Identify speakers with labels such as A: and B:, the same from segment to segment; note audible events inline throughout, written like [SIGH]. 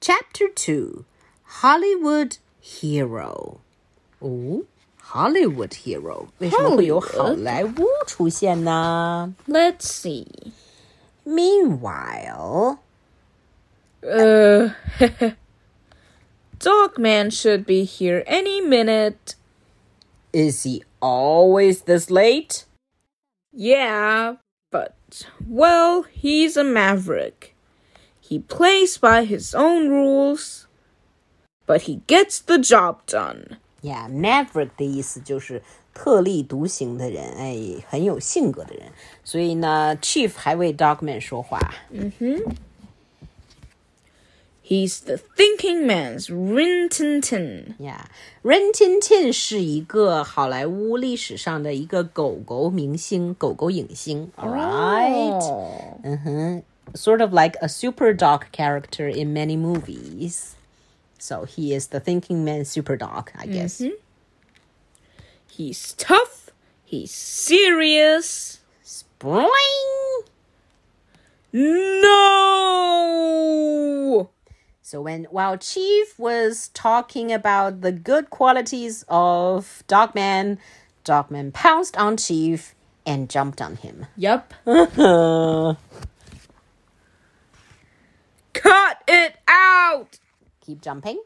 A: Chapter 2 Hollywood Hero. 哦，Hollywood Hero 为什么会有好
B: Hollywood？
A: 莱坞出现呢
B: Let's see.
A: ？Meanwhile,
B: Uh, [LAUGHS] Dogman should be here any minute.
A: is he always this late?
B: Yeah, but, well, he's a maverick. He plays by his own rules, but he gets the job done.
A: Yeah, maverick 的意思就是特立独行的人，哎，很有性格的人。所以呢，Chief 还为 Dogman 说话。
B: He's the thinking man's Rin Tin Tin.
A: Yeah，Ren Tin Tin 是一个好莱坞历史上的一个狗狗明星、狗狗影星。All right，、Uh-huh.
B: Oh.
A: sort of like a super dog character in many movies. So he is the thinking man super dog, I guess.
B: He's tough, he's serious.
A: Boing!
B: No!
A: So when while Chief was talking about the good qualities of Dogman, Dogman pounced on Chief and jumped on him.
B: Yup. Cut it out!
A: Keep jumping.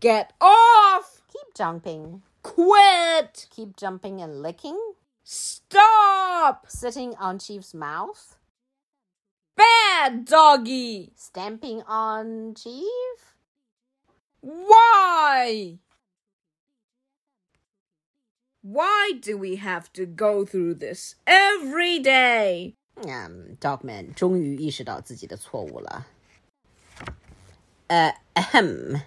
B: Get off!
A: Keep jumping.
B: Quit!
A: Keep jumping and licking.
B: Stop!
A: Sitting on Chief's mouth.
B: Bad doggy!
A: Stamping on Chief.
B: Why? Why do we have to go through this every day?
A: 嗯，Dogman Um, 终于意识到自己的错误了。呃，ahem，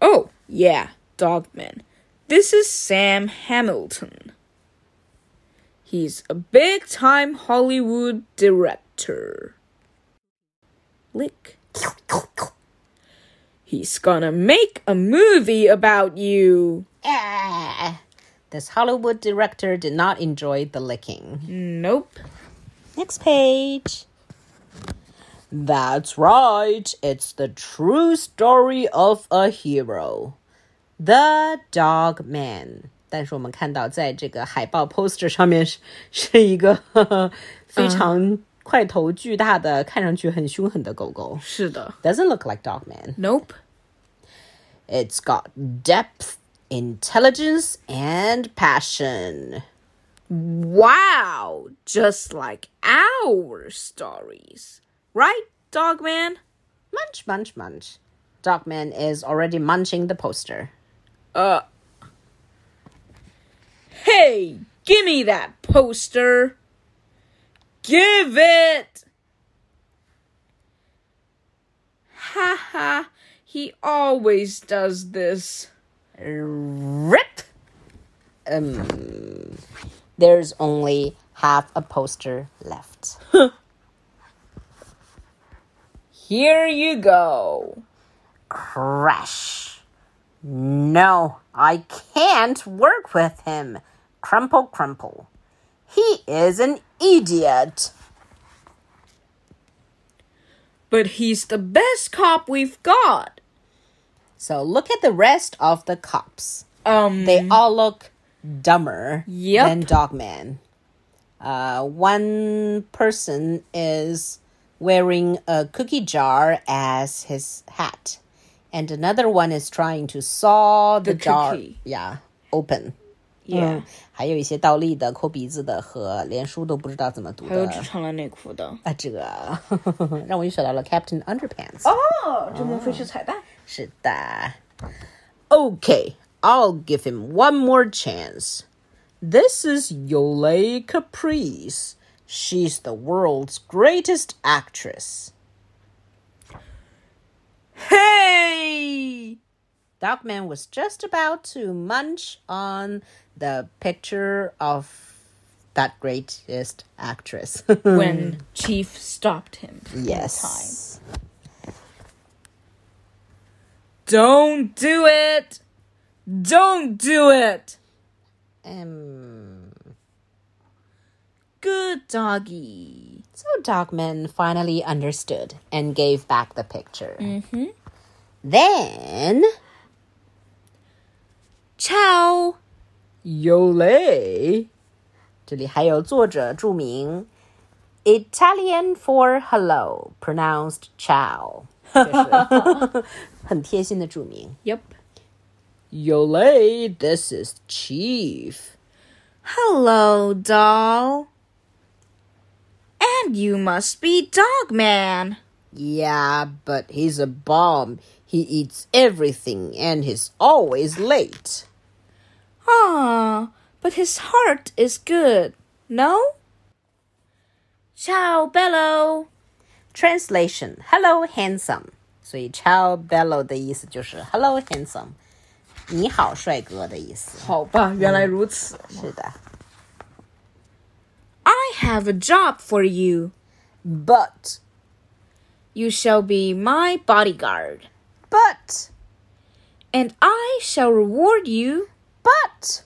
B: Oh, yeah, Dogman. This is Sam Hamilton. He's a big time Hollywood director. Lick. He's gonna make a movie about you.
A: Ah, this Hollywood director did not enjoy the licking.
B: Nope.
A: Next page. That's right. It's the true story of a hero, the Dog Man. 但是我们看到，在这个海报 poster 上面是是一个 [LAUGHS] 呵呵非常块头巨大的、看上去很凶狠的狗狗。
B: 是的。
A: Doesn't look like Dog Man.
B: Nope.
A: It's got depth, intelligence, and passion.
B: Wow, just like our stories. Right, Dogman?
A: Munch, munch, munch. Dogman is already munching the poster.
B: Uh. Hey, gimme that poster. Give it. Ha ha, he always does this.
A: Rip! Um, there's only half a poster left.
B: Here you go.
A: Crash. No, I can't work with him. Crumple, crumple. He is an idiot.
B: But he's the best cop we've got.
A: So look at the rest of the cops.
B: Um,
A: They all look dumber
B: Yep.
A: than Dogman. Uh, one person is wearing a cookie jar as his hat, and another one is trying to saw the, jar.
B: cookie.
A: Yeah, open. Mm.
B: yeah.
A: 还有一些倒立的、抠鼻子的和连书都不知道怎么读的
B: 还有只穿了内裤的。
A: 啊，这个 [LAUGHS] 让我又想到了 Captain Underpants。
B: 哦，这莫非是彩蛋？
A: 是的。Okay, I'll give him one more chance. This is Yole Caprice. She's the world's greatest actress.
B: Hey!
A: Dogman was just about to munch on the picture of that greatest actress. [LAUGHS]
B: When Chief stopped him.
A: yes.
B: Don't do it! Don't do it!
A: Um,
B: Good doggy.
A: So Dogman finally understood and gave back the picture. Then
B: Ciao.
A: Yole，这里还有作者注明，Italian for hello pronounced ciao，这 [LAUGHS] 是很贴心的注明。
B: Yep.
A: Yole, this is Chief.
B: Hello, doll. And you must be Dogman.
A: Yeah, but he's a bomb. He eats everything and he's always late.
B: Ah, but his heart is good, no? Ciao, Bello.
A: Translation: Hello, handsome. 所以 “ciao bello” 的意思就是 “hello, handsome”，你好，帅哥的意思。
B: 好吧，原来如此。
A: 是的。
B: I have a job for you.
A: But,
B: You shall be my bodyguard,
A: but,
B: and I shall reward you
A: but.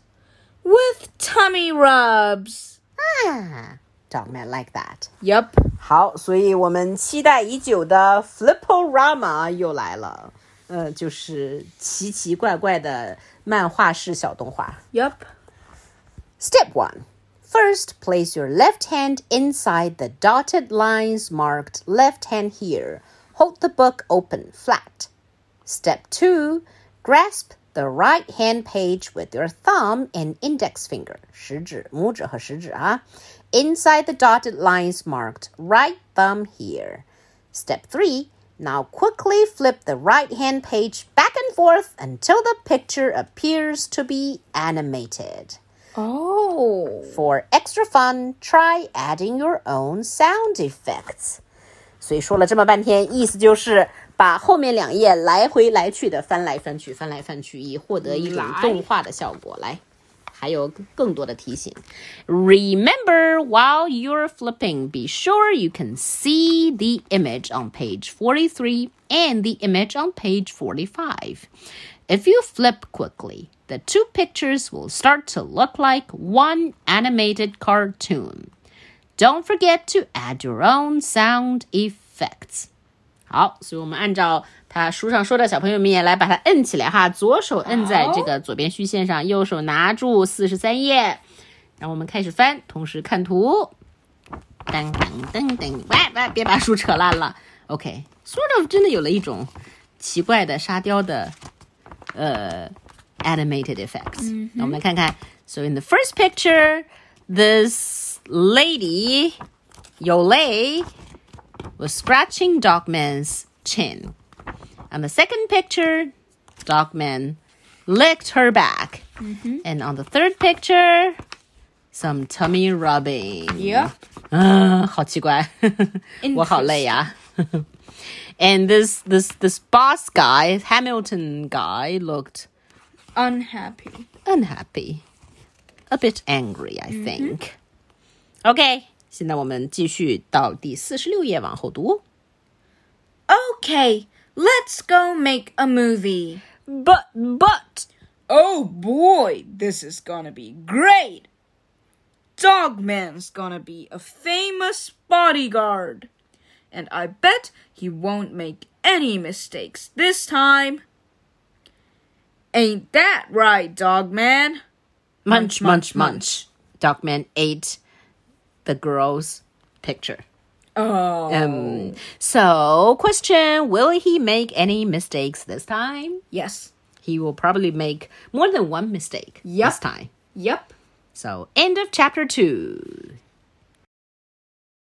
B: with tummy rubs.
A: Ah, Dogman like that.
B: Yup.
A: 好，所以我们期待已久的 Flipporama 又来了，呃，就是奇奇怪怪的漫画式小动画。
B: Yup.
A: Step one. First, place your left hand inside the dotted lines marked left hand here. Hold the book open flat. Step two. Grasp the right hand page with your thumb and index finger. 食指、拇指和食指啊, inside the dotted lines marked right thumb here. Step 3. Now quickly flip the right hand page back and forth until the picture appears to be animated.
B: Oh.
A: For extra fun, try adding your own sound effects. 所以说了这么半天，意思就是把后面两页来回来去的翻来翻去，翻来翻去，以获得一种
B: 来
A: 动画的效果。来，还有更多的提醒。Remember, while you're flipping, be sure you can see the image on page 43 and the image on page 45. If you flip quickly, the two pictures will start to look like one animated cartoon. Don't forget to add your own sound effects. 好，所以我们按照他书上说的，小朋友们也来把它摁起来哈。左手摁在这个左边虚线上，右手拿住四十三页。让我们开始翻，同时看图。噔噔噔噔，喂喂，别把书扯烂了。OK，sort、of 真的有了一种奇怪的沙雕的呃 animated effects。那我们来看看。So in the first picture, this lady Yole was scratching Dogman's chin. On the second picture, Dogman licked her back. And on the third picture, some tummy rubbing.
B: Yep.
A: 啊，好奇怪，我好累呀。And this this this boss guy, Hamilton guy, looked
B: Unhappy.
A: unhappy, a bit angry, I think. Okay, 现在我们继续到第四十六页往后读。
B: Okay, let's go make a movie.
A: But but
B: Oh boy, this is gonna be great! Dogman's gonna be a famous bodyguard. And I bet he won't make any mistakes this time. Ain't that right, Dogman?
A: munch munch munch, Dogman ate the girl's picture.
B: Oh.
A: Um, so question: Will he make any mistakes this time?
B: yes.
A: He will probably make more than one mistake
B: Yep.
A: this time.
B: Yep.
A: So, end of chapter two.